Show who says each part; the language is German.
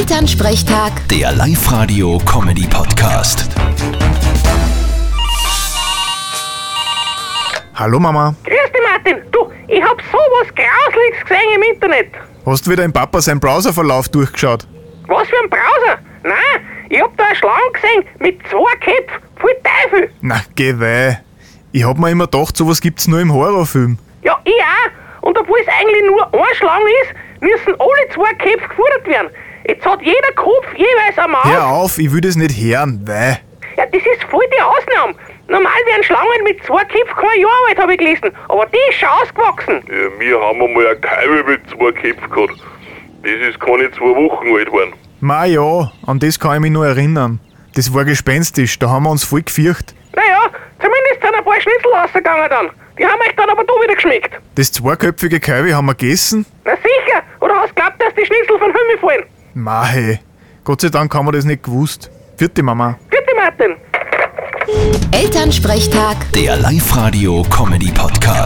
Speaker 1: Elternsprechtag,
Speaker 2: Der Live-Radio-Comedy-Podcast.
Speaker 3: Hallo Mama,
Speaker 4: Grüß dich, Martin. Du, ich hab sowas Grausliches gesehen im Internet.
Speaker 3: hast du wieder im Papa seinen Browserverlauf durchgeschaut?
Speaker 4: Was für ein Browser? Nein, ich hab da eine Schlange gesehen mit zwei Köpfen. Voll Teufel.
Speaker 3: Na, geh weh. Ich hab mir immer gedacht, sowas gibt's nur im Horrorfilm.
Speaker 4: Ja, ich auch. Und obwohl es eigentlich nur eine Schlange ist, müssen alle zwei Köpfe gefordert werden. Jetzt hat jeder Kopf jeweils eine Maus.
Speaker 3: Hör auf, ich will das nicht hören, weh.
Speaker 4: Ja, das ist voll die Ausnahme. Normal werden Schlangen mit zwei Köpfen kein Jahr alt, habe ich gelesen. Aber die ist schon ausgewachsen.
Speaker 5: Ja, Äh, wir haben einmal ein Kalbe mit zwei Köpfen gehabt. Das ist keine zwei Wochen alt geworden.
Speaker 3: Ma ja, an das kann ich mich nur erinnern. Das war gespenstisch, da haben wir uns voll gefürcht.
Speaker 4: Naja, zumindest sind ein paar Schnitzel rausgegangen dann. Die haben euch dann aber da wieder geschmeckt.
Speaker 3: Das zweiköpfige Kälbe haben wir gegessen?
Speaker 4: Na sicher! Oder hast du glaubt, dass die Schnitzel von Himmel fallen?
Speaker 3: Ma hey. Gott sei Dank haben wir das nicht gewusst. Vierte Mama.
Speaker 4: Bitte, Martin!
Speaker 1: Elternsprechtag.
Speaker 2: Der Live-Radio-Comedy-Podcast.